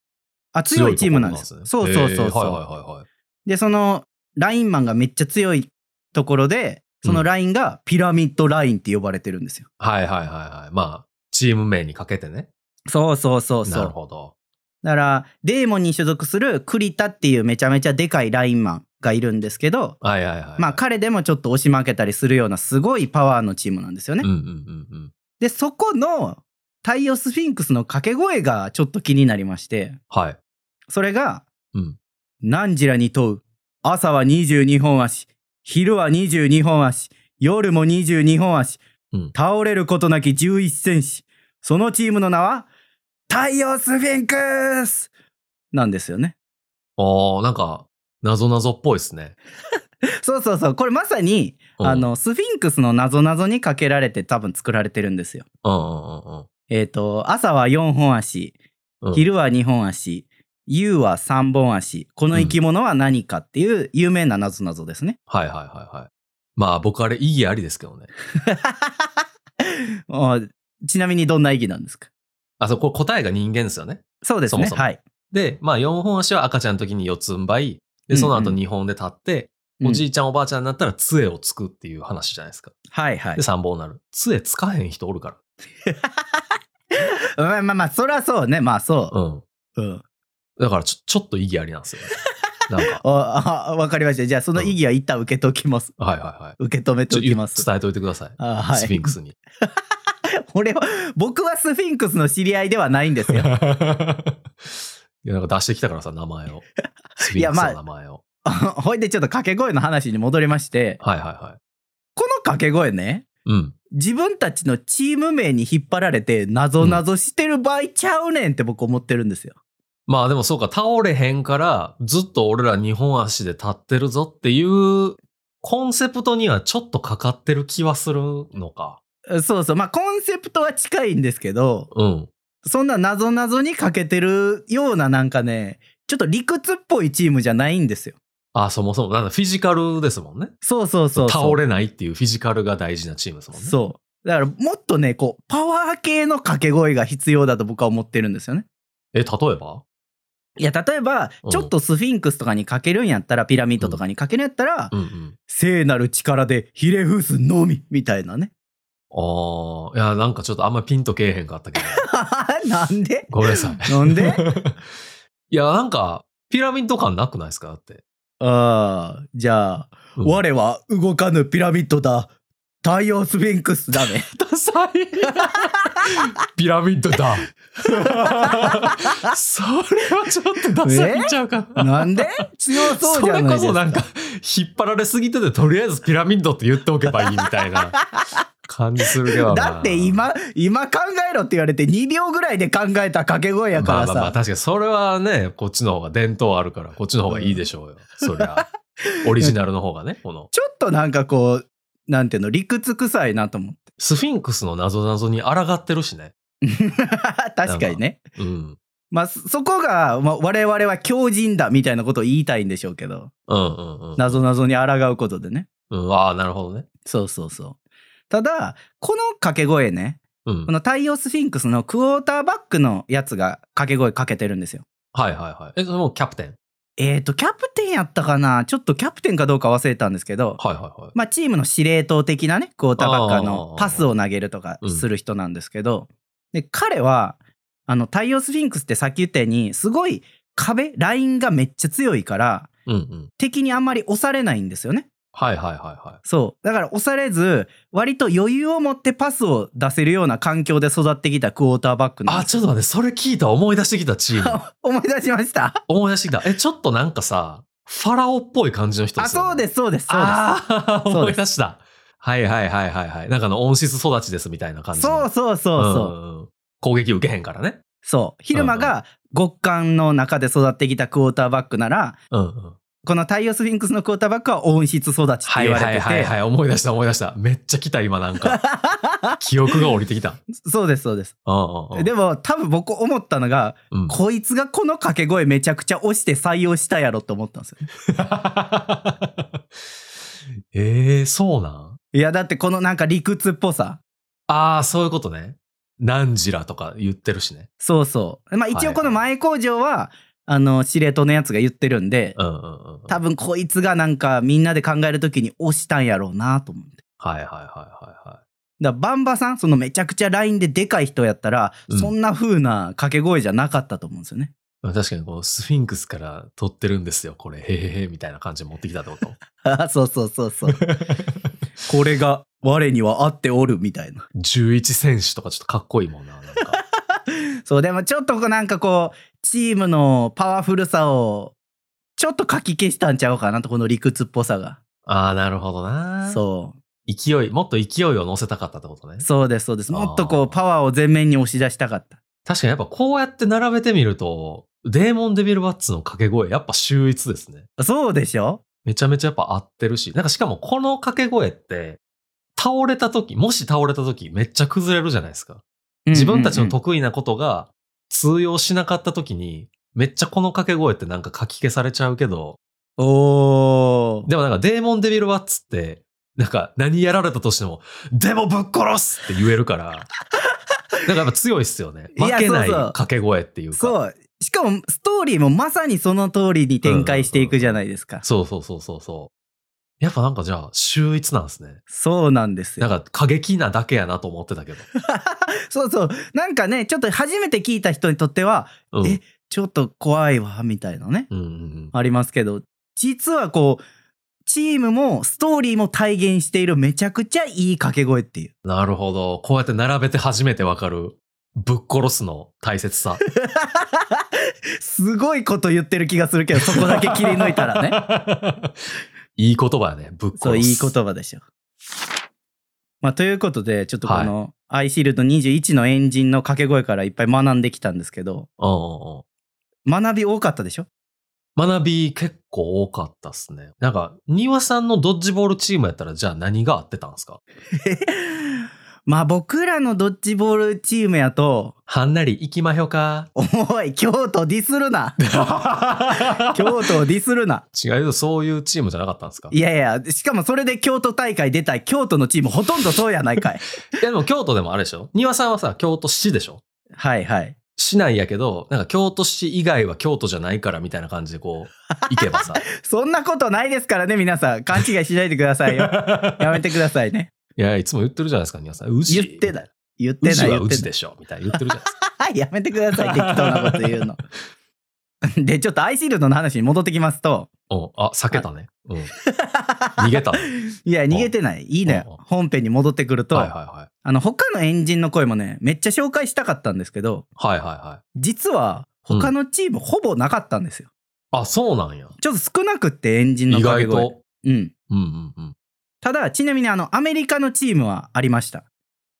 Speaker 1: あ強いチームなんですよ。
Speaker 2: 強いとこ
Speaker 1: そうそう
Speaker 2: ろな
Speaker 1: んそうそう。
Speaker 2: えーはいはいはいはい。
Speaker 1: でそのラインマンがめっちゃ強いところでそのラインがピラミッドラインって呼ばれてるんですよ。
Speaker 2: はいはいはいはい。まあ、チーム名にかけてね。
Speaker 1: そうそうそうそ
Speaker 2: なる
Speaker 1: う。
Speaker 2: ほど。
Speaker 1: だからデーモンに所属するクリタっていうめちゃめちゃでかいラインマンがいるんですけど、
Speaker 2: はいはいはい。
Speaker 1: まあ彼でもちょっと押し負けたりするようなすごいパワーのチームなんですよね。
Speaker 2: うんうんうんうん。
Speaker 1: で、そこの太陽スフィンクスの掛け声がちょっと気になりまして、
Speaker 2: はい。
Speaker 1: それが、
Speaker 2: うん
Speaker 1: 何時らに問う。朝は22本足、昼は22本足、夜も22本足、
Speaker 2: うん
Speaker 1: 倒れることなき11戦士。そのチームの名は、太陽スフィンクスなんですよね。
Speaker 2: ああ、なんか、謎謎っぽいですね。
Speaker 1: そうそうそう。これまさに、
Speaker 2: うん
Speaker 1: あ、の、スフィンクスの謎々にかけられて多分作られてるんですよ。
Speaker 2: うんうんうんうん。
Speaker 1: えっ、と、朝は4本足、
Speaker 2: うん
Speaker 1: 昼は2本足、夕は3本足、この生き物は何かっていう有名な謎々ですね。
Speaker 2: はいはいはいはい。まあ僕あれ意義ありですけどね。
Speaker 1: あちなみにどんな意義なんですか
Speaker 2: あ、そう、これ答えが人間ですよね。
Speaker 1: そうですね。
Speaker 2: そもそも
Speaker 1: はい。
Speaker 2: で、まあ4本足は赤ちゃんの時に四つん這
Speaker 1: う
Speaker 2: い。
Speaker 1: んう
Speaker 2: で、
Speaker 1: ん
Speaker 2: その後2本で立って、おじ
Speaker 1: うん
Speaker 2: いちゃんおばあちゃんになったら杖をつくっていう話じゃないですか。
Speaker 1: はいはい
Speaker 2: で、。3本になる。杖つかへん人おるか
Speaker 1: まあまあまあ、そりゃそうね。まあそ
Speaker 2: ら。うん。
Speaker 1: う。うん。
Speaker 2: だからちょ、ちょっと意義ありなんで すよね。なんか、
Speaker 1: おあわかりました。じゃあその意義は一旦受けときます。
Speaker 2: はいはいはい。
Speaker 1: 受け止めてお
Speaker 2: ちょ
Speaker 1: き
Speaker 2: 言
Speaker 1: ま
Speaker 2: う
Speaker 1: す。
Speaker 2: 伝えといてください。
Speaker 1: あは
Speaker 2: スフィ
Speaker 1: い
Speaker 2: ン。クス に。
Speaker 1: 俺は、僕はスフィンクスの知り合いではないんです
Speaker 2: い
Speaker 1: よ。
Speaker 2: や、なんか出してきたからさ、名 前を。スフィンクスの名前を。
Speaker 1: ほいでちょっと掛け声の話に戻りまして、
Speaker 2: はいはいはい。
Speaker 1: この掛け声ね、
Speaker 2: うん。
Speaker 1: 自分たちのチーム名に引っ張られて、なぞなぞしてる場合ちゃうねんって僕思ってるんですよ。
Speaker 2: まあでもそうか、倒れへんから、ずっと俺ら二本足で立ってるぞっていう、コンセプトにはちょっとかかってる気はするのか。
Speaker 1: そうそう。まあ、コンセプトは近いんですけど、
Speaker 2: うん。
Speaker 1: そんななぞなぞに欠けてるようななんかね、ちょっと理屈っぽいチームじゃないんですよ。
Speaker 2: あ、そもそも、なんだ、フィジカルですもんね。
Speaker 1: そうそうそうそう。
Speaker 2: 倒れないっていうフィジカルが大事なチームですもんね。う。
Speaker 1: そう。だからもっとね、こう、パワー系の掛け声が必要だと僕は思ってるんですよね。
Speaker 2: え、例えば
Speaker 1: いや、例えば
Speaker 2: う、ん
Speaker 1: ちょっとスフィンクスとかにかけるんやったら、ピラミッドとかにかけるんやったら、
Speaker 2: うんうん。
Speaker 1: 聖なる力でひれ伏すのみみたいなね。
Speaker 2: ああ、いや、なんかちょっとあんまピンとけえへんかったけど。
Speaker 1: なんで
Speaker 2: ごめん なさい。
Speaker 1: なん で
Speaker 2: いや、なんか、ピラミッド感なくないですかだって。
Speaker 1: ああ、じゃあ、
Speaker 2: うん
Speaker 1: 我は動かぬピラミッドだ。太陽スフィンクスだね。
Speaker 2: ダサい。ピラミッドだ。それはちょっとダサいんちゃうかな。
Speaker 1: なんで強そう
Speaker 2: そ
Speaker 1: じゃ
Speaker 2: れ
Speaker 1: ないで
Speaker 2: こ
Speaker 1: すか。
Speaker 2: そなんか、引っ張られすぎてて、とりあえずピラミッドって言っておけばいいみたいな感じするけどな
Speaker 1: だって、今、今考えろって言われて2秒ぐらいで考えた掛け声やか
Speaker 2: まあ
Speaker 1: ら
Speaker 2: ま
Speaker 1: さ。
Speaker 2: あまあ、確かにそれはね、こっちの方が伝統あるから、こっちの方がいいでしょうよ。そりゃ、オリジナルの方がね、この。
Speaker 1: ちょっとなんかこう、なんていうの、理屈臭いなと思って。
Speaker 2: スフィンクスの謎々に抗ってるしね。
Speaker 1: 確かにね。
Speaker 2: うん。
Speaker 1: まあ、そそこが、まあ、我々は強靭だみたいなことを言いたいんでしょうけど、
Speaker 2: うんうんうん。
Speaker 1: なぞなぞに抗うことでね。
Speaker 2: うん、ああ、なるほどね。
Speaker 1: そうそうそう。ただ、この掛け声ね、
Speaker 2: うん
Speaker 1: こ。の太陽スフィンクスのクォーターバックのやつが掛け声かけてるんですよ。
Speaker 2: はいはいはい。え、それもうキャプテン。
Speaker 1: えっ、と、キャプテンやったかなちょっとキャプテンかどうか忘れたんですけど、
Speaker 2: はいはいはい。
Speaker 1: まあ、チームの司令塔的なね、クォーターバックあの
Speaker 2: あー
Speaker 1: パスを投げるとかする人なんですけど、で彼は、あの、太陽スフィンクスってさっき言ったように、すごい壁、ラインがめっちゃ強いから、
Speaker 2: うんうん。
Speaker 1: 敵にあんまり押されないんですよね。
Speaker 2: はいはいはいは
Speaker 1: そう。だから押されず、割と余裕を持ってパスを出せるような環境で育ってきたクォーターバック
Speaker 2: い。
Speaker 1: なん
Speaker 2: あ、
Speaker 1: です。
Speaker 2: ちょっと待って、それ聞いた、思い出してきたチ ーム。
Speaker 1: 思い出しました
Speaker 2: 思い出してきた。え、ちょっとなんかさ、ファラオっぽい感じの人
Speaker 1: あ、
Speaker 2: ですよ、ね。。
Speaker 1: そうですす、そうです、そうです。
Speaker 2: ああ、
Speaker 1: そう
Speaker 2: 思
Speaker 1: で
Speaker 2: い
Speaker 1: す
Speaker 2: 出した。はいはいはいはいはい。なんかあの、温室育ちですみたいな感じの。
Speaker 1: そうそうそうそう。
Speaker 2: うんうん攻撃受けへんからね。
Speaker 1: そう。昼間が極寒の中で育ってきたクォーターバックなら、
Speaker 2: うんうん。
Speaker 1: この太陽スフィンクスのクォーターバックは温室育ちって
Speaker 2: は
Speaker 1: 言
Speaker 2: い
Speaker 1: われ
Speaker 2: は
Speaker 1: て
Speaker 2: い
Speaker 1: て、
Speaker 2: はいはい。思い出した思い出した。めっちゃ来た、今な んか。記憶が降りてきた。
Speaker 1: そうですそうです。
Speaker 2: うんうんうん。
Speaker 1: でも多分僕思ったのが、
Speaker 2: うん
Speaker 1: こいつがこの掛け声めちゃくちゃ押して採用したやろって思ったんですよ。
Speaker 2: ええそうなん
Speaker 1: いやだってこのなんか理屈っぽさ。
Speaker 2: ああ、そういうことね。何時らとか言ってるしね。
Speaker 1: そうそう。まあ一応この前工場は、あの司令塔のやつが言ってるんで、
Speaker 2: うんうんうん。
Speaker 1: 多分こいつがなんかみんなで考える時に押したんやろうなと思って。
Speaker 2: はいはいはいはいはい。
Speaker 1: だからバンバさんそのめちゃくちゃラインででかい人やったら、
Speaker 2: うん
Speaker 1: そんな風な掛け声じゃなかったと思うんですよね。
Speaker 2: まあ確かにこのスフィンクスから取ってるんですよ、これ、へへへ、みたいな感じで持ってきたってこと
Speaker 1: あそうそうそう そう。これが我には合っておるみたいな。
Speaker 2: ?11 選手とかちょっとかっこいいもんな、なんか。
Speaker 1: そう、でもちょっとこうなんかこう、チームのパワフルさを、ちょっとかき消したんちゃうかなと、この理屈っぽさが。
Speaker 2: ああ、なるほどな。
Speaker 1: そ
Speaker 2: 勢い、もっと勢いを乗せたかったってことね
Speaker 1: う。。そうです、そうです。もっとこ
Speaker 2: あ
Speaker 1: う、
Speaker 2: ー
Speaker 1: パワーを前面に押し出したかった。
Speaker 2: 確かにやっぱこうやって並べてみると、デーモン・デビル・バッツの掛け声、やっぱ秀逸ですね。
Speaker 1: そうでしょ
Speaker 2: めちゃめちゃやっぱ合ってるし、なんかしかもこの掛け声って、倒れた時、もし倒れた時めっちゃ崩れるじゃないですか。自分たちの
Speaker 1: と
Speaker 2: 得意なことが通用しなかった時に、めっちゃこの掛け声ってなんかかき消されちゃうけど、
Speaker 1: おー。
Speaker 2: でもなんかデーモン・デビル・ワッツって、なんか何やられたとしても、でもぶっ殺すって言える から、なんかやっぱ強いっすよね。
Speaker 1: い
Speaker 2: 負
Speaker 1: や
Speaker 2: けない
Speaker 1: そうそう
Speaker 2: 掛け声っていうか。
Speaker 1: そう。しかも、ストーリーもまさにその通りに展開していくじゃないですか。
Speaker 2: そうそうそうそうそう。やっぱなんかじゃあ、秀逸なんですね。
Speaker 1: そうなんです
Speaker 2: なん
Speaker 1: よ。
Speaker 2: か過激なだけやなと思ってたけど。
Speaker 1: そうそう。なんかね、ちょっと初めて聞いた人にとっては、
Speaker 2: うん。
Speaker 1: えちょっと怖いわ、みたいなね。
Speaker 2: うんうんうん、
Speaker 1: ありますけど実はこうチームもストーリーも体現しているめちゃくちゃいい掛け声っていう
Speaker 2: なるほど。こうやって並べて初めてわかる、ぶっ殺すの大切さ。
Speaker 1: すごいこと言ってる気がするけどそこだけ切り抜いたら ね
Speaker 2: ね。 いい言葉やね。ぶっ殺す。
Speaker 1: そういい言。葉でしょ。まあ、ということでちょっとこの「アイシールド21」のエンジンの掛け声からいっぱい学んできたんですけど
Speaker 2: うんうんうん。
Speaker 1: 学び多かったでしょ
Speaker 2: 学び結構多かったっすね。なんか、庭さんのドッジボールチームやったら、じゃあ何が合ってたんですか
Speaker 1: まあ僕らのドッジボールチームやと。
Speaker 2: はんなり行きまひょか
Speaker 1: おい京都ディスる な京
Speaker 2: 違
Speaker 1: 都をディスるな
Speaker 2: うよ、そういうチームじゃなかったんですか
Speaker 1: いやいや、しかもそれで京都大会出た京都のチームほとんどそうやない かい。
Speaker 2: いやでも京都でもあれでしょ庭さんはさ、京都市でしょ
Speaker 1: はいはい。
Speaker 2: 市内やけど、なんか京都市以外は京都じゃないからみたいな感じでこ う、行けばさ。
Speaker 1: そんなことないですからね、皆さん。勘違いしないでください よ。やめてくださいね。
Speaker 2: いや、いつも言ってるじゃないですか、庭さん。うち。
Speaker 1: 言ってない。言って
Speaker 2: う
Speaker 1: な
Speaker 2: ち
Speaker 1: い、
Speaker 2: は
Speaker 1: 言
Speaker 2: う
Speaker 1: ってな
Speaker 2: ち
Speaker 1: い
Speaker 2: で。しょみたいな言ってるじゃないですか。
Speaker 1: はい、やめてください。適当なこと言うの。で、ちょっとアイシールドの話に戻ってきますと。
Speaker 2: うん、あ、避けたね。 うん。逃げたね。
Speaker 1: いや、逃げてない。いいの
Speaker 2: うんうん
Speaker 1: よ。本編に戻ってくると、
Speaker 2: はいは
Speaker 1: あの、他のエンジンの声もね、めっちゃ紹介したかったんですけど、
Speaker 2: いはい。はいはいはい。
Speaker 1: 実は他のチームほぼなかったんですよ。
Speaker 2: あ、そうなんや。
Speaker 1: ちょっと少なくって、エンジンの
Speaker 2: 意
Speaker 1: 掛け
Speaker 2: 外
Speaker 1: 声。
Speaker 2: と。
Speaker 1: うん。
Speaker 2: うんうんうん。
Speaker 1: ただちなみにあのアメリカのチームはありました、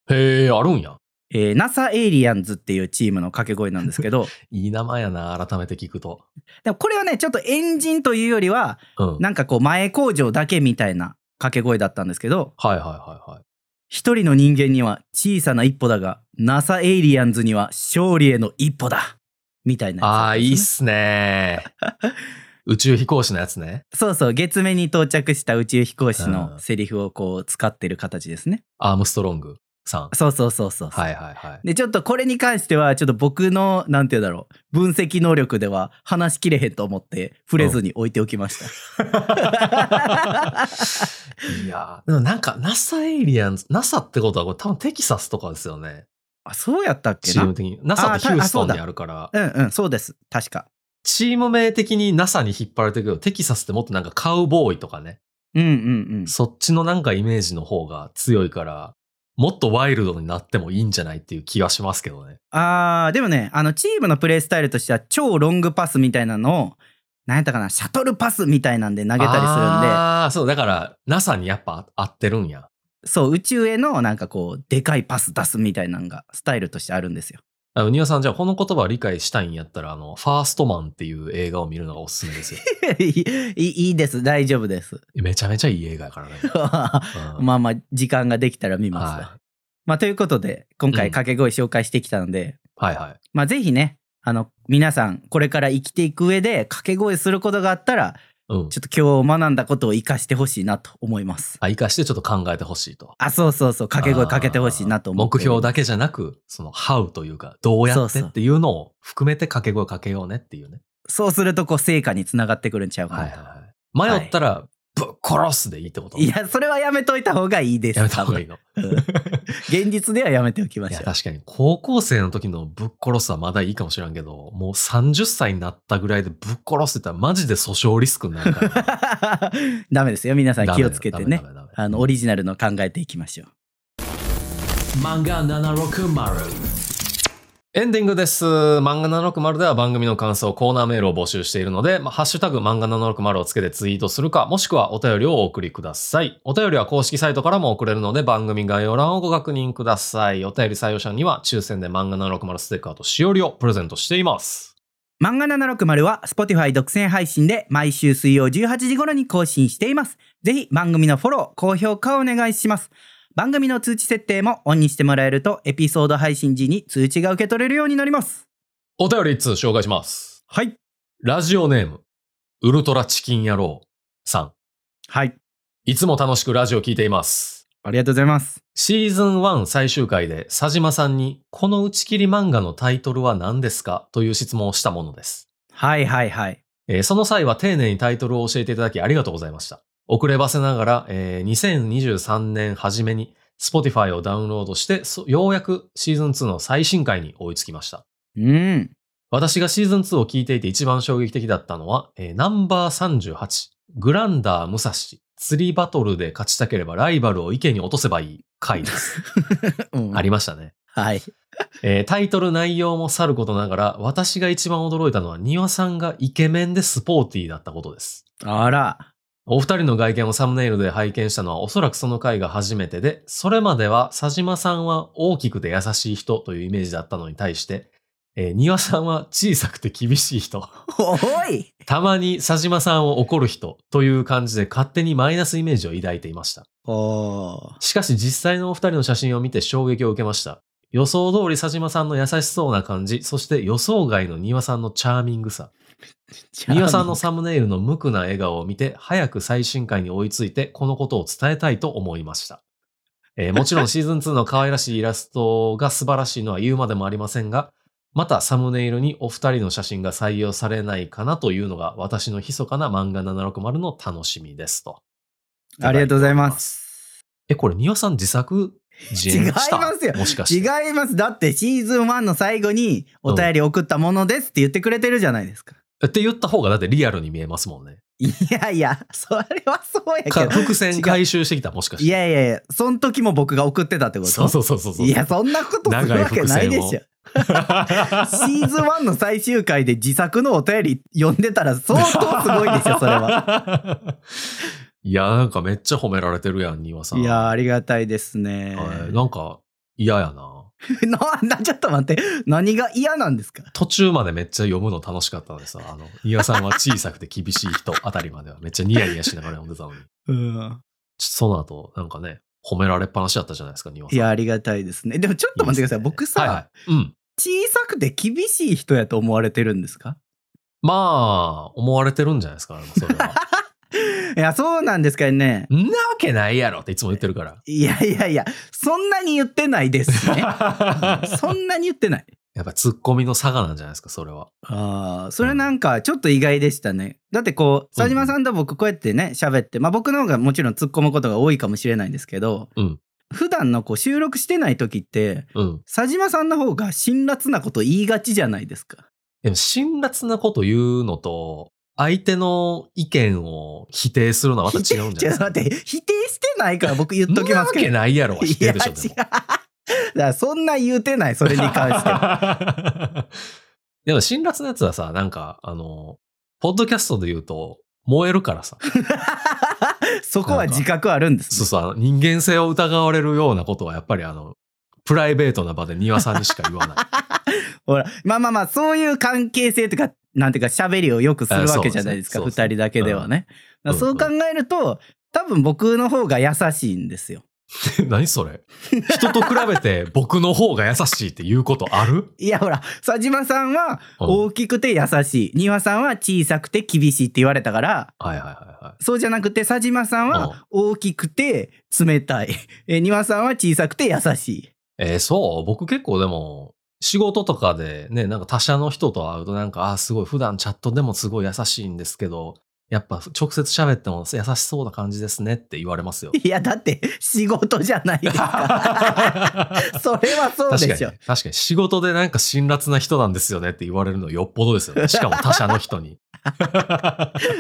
Speaker 2: へえ、あるんや。
Speaker 1: えー、NASA エイリアンズっていうチームの掛け声なんですけ ど
Speaker 2: いい名前やな、改めて聞くと。
Speaker 1: でもこれはねちょっとエンジンというよりは
Speaker 2: うん。はい
Speaker 1: なんかこう前工場だけみたいな掛け声だったんですけど
Speaker 2: はいはいはい。
Speaker 1: 一人の人間には小さな一歩だが NASA エイリアンズには勝利への一歩だみたいなやつだ
Speaker 2: ああ、
Speaker 1: ったん
Speaker 2: いい
Speaker 1: で
Speaker 2: っ
Speaker 1: す
Speaker 2: すね。 宇宙飛行士のやつね。
Speaker 1: ねそうそう月面に到着した宇宙飛行士
Speaker 2: う
Speaker 1: の
Speaker 2: ん
Speaker 1: セリフをこう使ってる形ですね
Speaker 2: アームストロングさん。
Speaker 1: そうそうそうそうそう
Speaker 2: はいはいはい。
Speaker 1: でちょっとこれに関してはちょっと僕のなんて言うんだろう分析能力では話しきれへんと思って触れずに置いておきました、
Speaker 2: いやーでもなんか NASA エイリアンズ、NASA ってことはこれ多分テキサスとかですよね。
Speaker 1: あそうやったっけ
Speaker 2: チーム
Speaker 1: な
Speaker 2: 的に。NASA ってヒ
Speaker 1: あ
Speaker 2: ュ
Speaker 1: た
Speaker 2: ー
Speaker 1: あ
Speaker 2: スト
Speaker 1: そう
Speaker 2: ン
Speaker 1: だ
Speaker 2: にあるから、
Speaker 1: うんうんそうです確か
Speaker 2: チーム名的に NASA に引っ張られてるけど、テキサスってもっとなんかカウボーイとかね、
Speaker 1: うんうん
Speaker 2: そっちのなんかイメージの方が強いから、もっとワイルドになってもいいんじゃないっていう気はしますけどね。
Speaker 1: うんあーでもねあのチームのプレースタイルとしては超ロングパスみたいなのを何やったかなシャトルパスみたいなんで投げたりするんで
Speaker 2: ああ、そう、だから NASA にやっぱ合ってるんや。
Speaker 1: そう宇宙へのなんかこうでかいパス出すみたいなのがスタイルとしてあるんですよ
Speaker 2: あの、ニワさん、じゃあこの言葉を理解したいんやったら、あの、ファーストマンっていう映画を見るのがおすすめです よ。
Speaker 1: いいいいです大丈夫です
Speaker 2: めちゃめちゃいい映画やからね。う ん
Speaker 1: まあまあ時間ができたら見ますわ、
Speaker 2: はい
Speaker 1: まあ、ということで、今
Speaker 2: う
Speaker 1: 回
Speaker 2: ん
Speaker 1: 掛け声紹介してきたので、
Speaker 2: はいはい。
Speaker 1: まあ、ぜひね、あの、皆さん、これから生きていく上で掛け声することがあったら、
Speaker 2: うん。
Speaker 1: ちょっと今日学んだことを活かしてほしいなと思います。
Speaker 2: あ、生かしてちょっと考えてほしいと。
Speaker 1: あ、そうそうそう、掛け声かけてほしいなと思って。
Speaker 2: 目標。だけじゃなく、その、how というか、どうやって
Speaker 1: そう
Speaker 2: っ
Speaker 1: そう
Speaker 2: ていうのを含めて掛け声かけようねっていうね。
Speaker 1: そうすると、こう、成果につながってくるんちゃうかな
Speaker 2: はい
Speaker 1: と。
Speaker 2: はいはい。迷ったら、ぶっ殺すでいいってこと
Speaker 1: いや、それはやめといた方がいいです。
Speaker 2: やめた方がいいの。
Speaker 1: 多分。うん現実ではやめておきま
Speaker 2: い
Speaker 1: しょ
Speaker 2: や、
Speaker 1: う。
Speaker 2: 確かに、高校生の時のぶっ殺すはまだいいかもしらんけど、もう30歳になったぐらいでぶっ殺すって言ったらマジで訴訟リスクになるから。
Speaker 1: ダメですよ。皆さん
Speaker 2: ダメ
Speaker 1: 気をつけてね。。あの、オ
Speaker 2: り
Speaker 1: リジナルの考えていきましょう。
Speaker 2: 漫画760。エンディングです。漫画760では番組の感想、コーナーメールを募集しているので、まあ、ハッシュタグ漫画760をつけてツイートするか、もしくはお便りをお送りください。お便りは公式サイトからも送れるので、番組概要欄をご確認ください。お便り採用者には、抽選で漫画760ステッカーとしおりをプレゼントしています。
Speaker 1: 漫画760は Spotify 独占配信で毎週水曜18時頃に更新しています。ぜひ番組のフォロー、高評価をお願いします。番組の通知設定もオンにしてもらえるとエピソード配信時に通知が受け取れるようになります。
Speaker 2: お便り1通紹介します。
Speaker 1: はい。
Speaker 2: ラジオネーム、ウルトラチキン野郎さん。
Speaker 1: はい。
Speaker 2: いつも楽しくラジオ聞いています。
Speaker 1: ありがとうございます。
Speaker 2: シーズン1最終回で佐島さんにこの打ち切り漫画のタイトルは何ですかという質問をしたものです、
Speaker 1: はいはいはい。
Speaker 2: えーその際は丁寧にタイトルを教えていただきありがとうございました。遅ればせながら、えー2023年初めに Spotify をダウンロードしてそようやくシーズン2の最新回に追いつきました。
Speaker 1: うん。
Speaker 2: 私がシーズン2を聞いていて一番衝撃的だったのは、えーナンバー38、グランダー武蔵、釣りバトルで勝ちたければライバルを池に落とせばいい回です。ありましたね。
Speaker 1: はい。
Speaker 2: えータイトル内容もさることながら、私が一番驚いたのは、庭さんがイケメンでスポーティーだったことです。
Speaker 1: あら。
Speaker 2: お二人の外見をサムネイルで拝見したのは、おそらくその回が初めてで、それまでは佐島さんは大きくて優しい人というイメージだったのに対して、えー、庭さんは小さくて厳しい人、
Speaker 1: おい
Speaker 2: たまに佐島さんを怒る人という感じで勝手にマイナスイメージを抱いていました。
Speaker 1: お
Speaker 2: しかし実際のお二人の写真を見て衝撃を受けました。予想通り佐島さんの優しそうな感じ、そして予想外の庭さんのチャーミングさ。庭さんのサムネイルの無垢な笑顔を見て、早く最新回に追いついて、このことを伝えたいと思いました。えーもちろんシーズン2の可愛らしいイラストが素晴らしいのは言うまでもありませんが、またサムネイルにお二人の写真が採用されないかなというのが私の密かな漫画760の楽しみですと。
Speaker 1: ありがとうございます。
Speaker 2: え、これ、庭さん自作自
Speaker 1: 違
Speaker 2: 演
Speaker 1: いま
Speaker 2: した
Speaker 1: すよ
Speaker 2: もしかして。
Speaker 1: 違います。だってシーズン1の最後にお便り送ったものですって言ってくれてるじゃないですか。
Speaker 2: って言った方がだってリアルに見えますもんね。
Speaker 1: いやいや、それはそうやけ
Speaker 2: か
Speaker 1: ど。
Speaker 2: 伏線回収してきたもしか
Speaker 1: い
Speaker 2: して。
Speaker 1: やいやいや、その時も僕が送ってたってこと
Speaker 2: そうそうそうそうそう。
Speaker 1: いや、そんなことするわけないでし ょ。シーズン1の最終回で自作のお便り読んでたら相当すごいでしょ、それは。
Speaker 2: は。 いや、なんかめっちゃ褒められてるやん、庭さん。
Speaker 1: いやー、ありがたいですね。
Speaker 2: はいなんか嫌やな。
Speaker 1: な、な、ちょっと待って。何が嫌なんですか
Speaker 2: 途中までめっちゃ読むの楽しかったのでさ、あの、庭さんは小さくて厳しい人あたりまではめっちゃニヤニヤしながら読んでたのに。ちょっ
Speaker 1: うん。
Speaker 2: とその後、なんかね、褒められっぱなしだったじゃないですか、庭さ
Speaker 1: い
Speaker 2: ん。
Speaker 1: や、ありがたいですね。でもちょっと待ってください。僕さ、
Speaker 2: はいはい。うん。
Speaker 1: 小さくて厳しい人やと思われてるんですか
Speaker 2: まあ、思われてるんじゃないですか、それは。
Speaker 1: いや、そうなんですかね。
Speaker 2: んなわけないやろっていつも言ってるから。
Speaker 1: いやいやいや、そんなに言ってないです ね。 そんなに言ってない。
Speaker 2: やっぱツッコミの差がなんじゃないですか、それは。
Speaker 1: ああ、それなんかちょっと意外でしたね。だってこう、佐島さんと僕こうやってね、喋って、まあ僕の方がもちろん突っ込むことが多いかもしれないんですけど、
Speaker 2: うん
Speaker 1: 普段のこう収録してない時って、
Speaker 2: うん。
Speaker 1: 佐島さんの方が辛辣なこと言いがちじゃないですか。
Speaker 2: でも、辛辣なこと言うのと、相手の意見を否定するのはまた違うんじゃないで
Speaker 1: ちょ
Speaker 2: す
Speaker 1: っと
Speaker 2: か。
Speaker 1: 待って、否定してないから僕言っ
Speaker 2: ん
Speaker 1: とき
Speaker 2: な
Speaker 1: ま
Speaker 2: わ
Speaker 1: すけ
Speaker 2: け
Speaker 1: ど。
Speaker 2: ないやろは否
Speaker 1: いや
Speaker 2: 定
Speaker 1: 違う。
Speaker 2: でしょ、でも。
Speaker 1: だからそんな言うてない、それに関 しては。
Speaker 2: でも、辛辣なやつはさ、なんか、あの、ポッドキャストで言うと、燃えるからさ。
Speaker 1: そこは自覚あるんですね、
Speaker 2: そうそう、あの人間性を疑われるようなことは、やっぱりあの、プライベートな場で庭さんにしか言わない。
Speaker 1: ほら、まあまあまあ、そういう関係性とか、なんていうか、喋りをよくするわけじゃないですか、
Speaker 2: あそう
Speaker 1: 二
Speaker 2: ですね
Speaker 1: 人だけではね。
Speaker 2: うん
Speaker 1: だからそう考えると、多分僕の方が優しいんですよ。
Speaker 2: 何それ人と比べて僕の方が優しいっていうことある
Speaker 1: いや、ほら、佐島さんは
Speaker 2: うん
Speaker 1: 大きくて優しい、庭さんは小さくて厳しいって言われたから、
Speaker 2: はいはいはいはい。
Speaker 1: そうじゃなくて、佐島さんは大きくて冷たい、え庭さんは小さくて優しい。。
Speaker 2: えーそう僕結構でも、仕事とかでね、なんか他社の人と会うとなんか、あー、すごい、普段チャットでもすごい優しいんですけど、やっぱ直接喋っても優しそうな感じですねって言われますよ
Speaker 1: いや、だって仕事じゃないですか。 それはそう
Speaker 2: 確か
Speaker 1: で
Speaker 2: に
Speaker 1: しょ。、
Speaker 2: 確かに仕事でなんか辛辣な人なんですよねって言われるのよっぽどですよ ね。しかも他社の人に。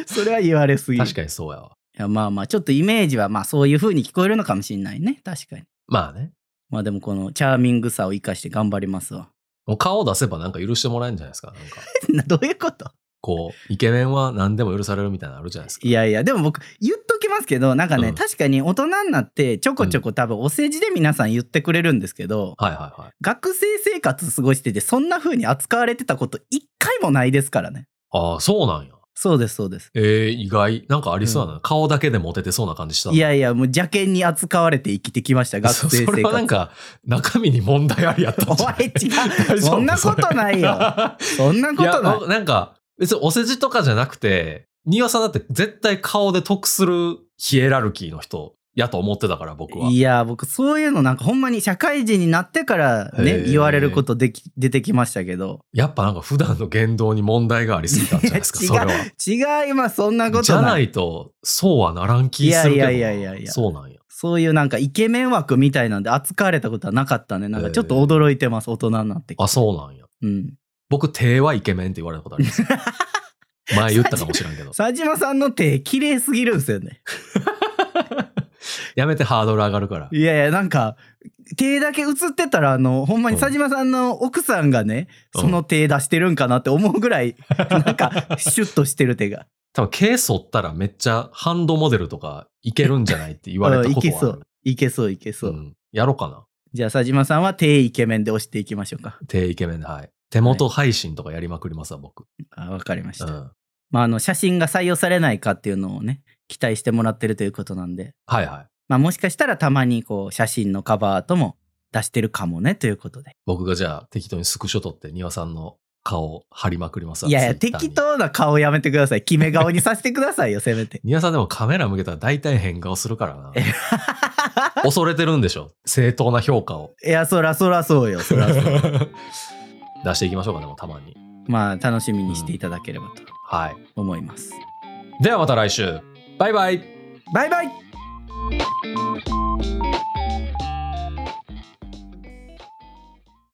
Speaker 1: それは言われすぎる。
Speaker 2: 確かにそうやわ。
Speaker 1: いやまあまあ、ちょっとイメージはまあそういう風に聞こえるのかもしれないね。確かに。
Speaker 2: まあね。
Speaker 1: まあでもこのチャーミングさを生かして頑張ります わ。
Speaker 2: もう顔を出せばなんか許してもらえるんじゃないですか。なんか、
Speaker 1: などういうこと
Speaker 2: こう、イケメンは何でも許されるみたいなのあるじゃないですか。
Speaker 1: いやいや、でも僕言っときますけど、なんかね、
Speaker 2: うん
Speaker 1: 確かに大人になってちょこちょこ多分お世辞で皆さん言ってくれるんですけど、
Speaker 2: はいはいはい。
Speaker 1: 学生生活過ごしててそんな風に扱われてたこと一回もないですからね。
Speaker 2: ああ、そうなんや。
Speaker 1: そうです、そうです。
Speaker 2: えー、意外。なんかありそうやな、顔だけでモテてそうな感じしたない
Speaker 1: やいや、もう邪険に扱われて生きてきました、学生生活。
Speaker 2: そそれはなんか、中身に問題ありやったん
Speaker 1: お
Speaker 2: じゃな
Speaker 1: い、
Speaker 2: い
Speaker 1: 違う。
Speaker 2: 大丈夫
Speaker 1: そんなことない よ。そんなことない
Speaker 2: や、。なんか、別にお世辞とかじゃなくて、丹羽さんだって絶対顔で得するヒエラルキーの人やと思ってたから、僕は。
Speaker 1: いや僕そういうのなんかほんまに社会人になってから
Speaker 2: へ
Speaker 1: ね
Speaker 2: ー
Speaker 1: 言われることでき出てきましたけど
Speaker 2: やっぱなんか普段の言動に問題がありすぎたんじゃないですか、
Speaker 1: 違う
Speaker 2: それは。
Speaker 1: 違いますそんなことない
Speaker 2: じゃないと、そうはならん気するけどな。
Speaker 1: いやいやいやいやいや
Speaker 2: そうなんや。
Speaker 1: そういうなんかイケメン枠みたいなんで扱われたことはなかったねなんかちょっと驚いてます大人になって
Speaker 2: あ、そうなんや。
Speaker 1: うん
Speaker 2: 僕、手はイケメンって言われたことあり ます。前言ったかもしらんけど。
Speaker 1: 佐島さんの手綺麗すぎるんですよね
Speaker 2: やめてハードル上がるから。
Speaker 1: いやいやなんか手だけ映ってたらあのほんまに
Speaker 2: うん
Speaker 1: 佐島さんの奥さんがね、
Speaker 2: うん
Speaker 1: その手出してるんかなって思うぐらいなん かシュッとしてる手が
Speaker 2: 多分、毛剃ったらめっちゃハンドモデルとかいけるんじゃないって言われたことはある。
Speaker 1: うんいけそういけそういけそう、
Speaker 2: うんやろうかな。
Speaker 1: じゃあ佐島さんは低イケメンで押していきましょうか。
Speaker 2: 低イケメンで、はい。手元配信とかやりまくりますわ、僕。
Speaker 1: あわかりまし
Speaker 2: う
Speaker 1: た。
Speaker 2: ん。
Speaker 1: まああの写真が採用されないかっていうのをね期待してもらってるということなんで、
Speaker 2: はいはい。
Speaker 1: まあもしかしたらたまにこう写真のカバーアートも出してるかもねということで。
Speaker 2: 僕がじゃあ適当にスクショ撮って、庭さんの顔を貼りまくりますわ。
Speaker 1: いやいや
Speaker 2: Twitter に
Speaker 1: 適。当な顔やめてください。決め顔にさせてくださいよせめ て。
Speaker 2: 庭さんでもカメラ向けたら大体変顔するから な。恐れてるんでしょ正当な評価 を。
Speaker 1: いやそらそらそうよ。そら そう
Speaker 2: 出していきましょうか、でもたまに。
Speaker 1: まあ楽しみにしていただければと
Speaker 2: はい。
Speaker 1: 思います。
Speaker 2: ではまた来週。バイバイ。
Speaker 1: バイバイ